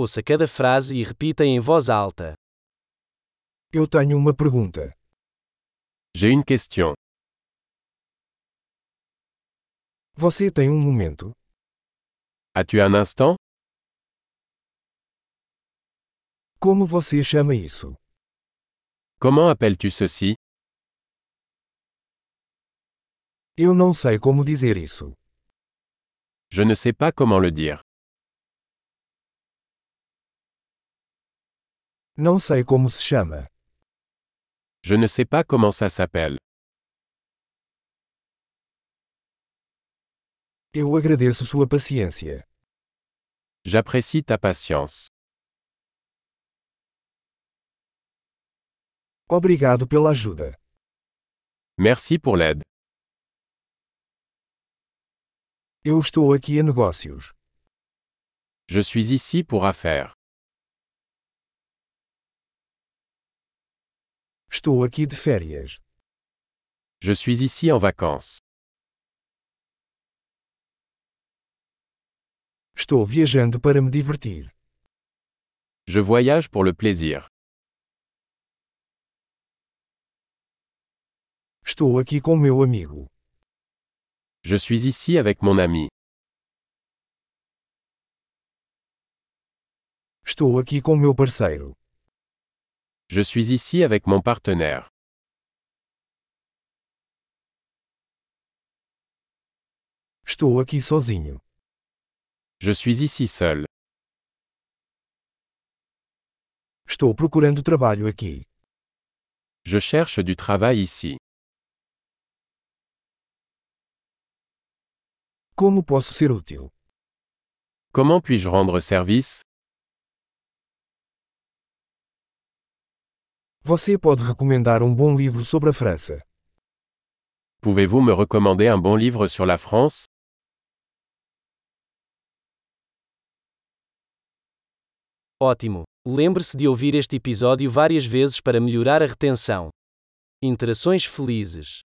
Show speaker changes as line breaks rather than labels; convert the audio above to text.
Ouça cada frase e repita em voz alta.
Eu tenho uma pergunta.
J'ai une question.
Você tem um momento?
As-tu un instant
Como você chama isso?
Comment appelles-tu ceci
Eu não sei como dizer isso.
Je ne sais pas comment le dire.
Não sei como se chama.
Je ne sais pas comment ça s'appelle.
Eu agradeço sua paciência.
J'apprécie ta patience.
Obrigado pela ajuda.
Merci pour l'aide.
Eu estou aqui a negócios.
Je suis ici pour affaires.
Estou aqui de férias.
Je suis ici en vacances.
Estou viajando para me divertir.
Je voyage pour le plaisir.
Estou aqui com meu amigo.
Je suis ici avec mon ami.
Estou aqui com meu parceiro.
Je suis ici avec mon partenaire.
Estou aqui sozinho.
Je suis ici seul.
Estou procurando trabalho aqui.
Je cherche du travail ici.
Como posso ser útil?
Comment puis-je rendre service
Você pode recomendar um bom livro sobre a França.
Pouvez-vous me recommander un bon livre sur la France
Ótimo! Lembre-se de ouvir este episódio várias vezes para melhorar a retenção. Interações felizes.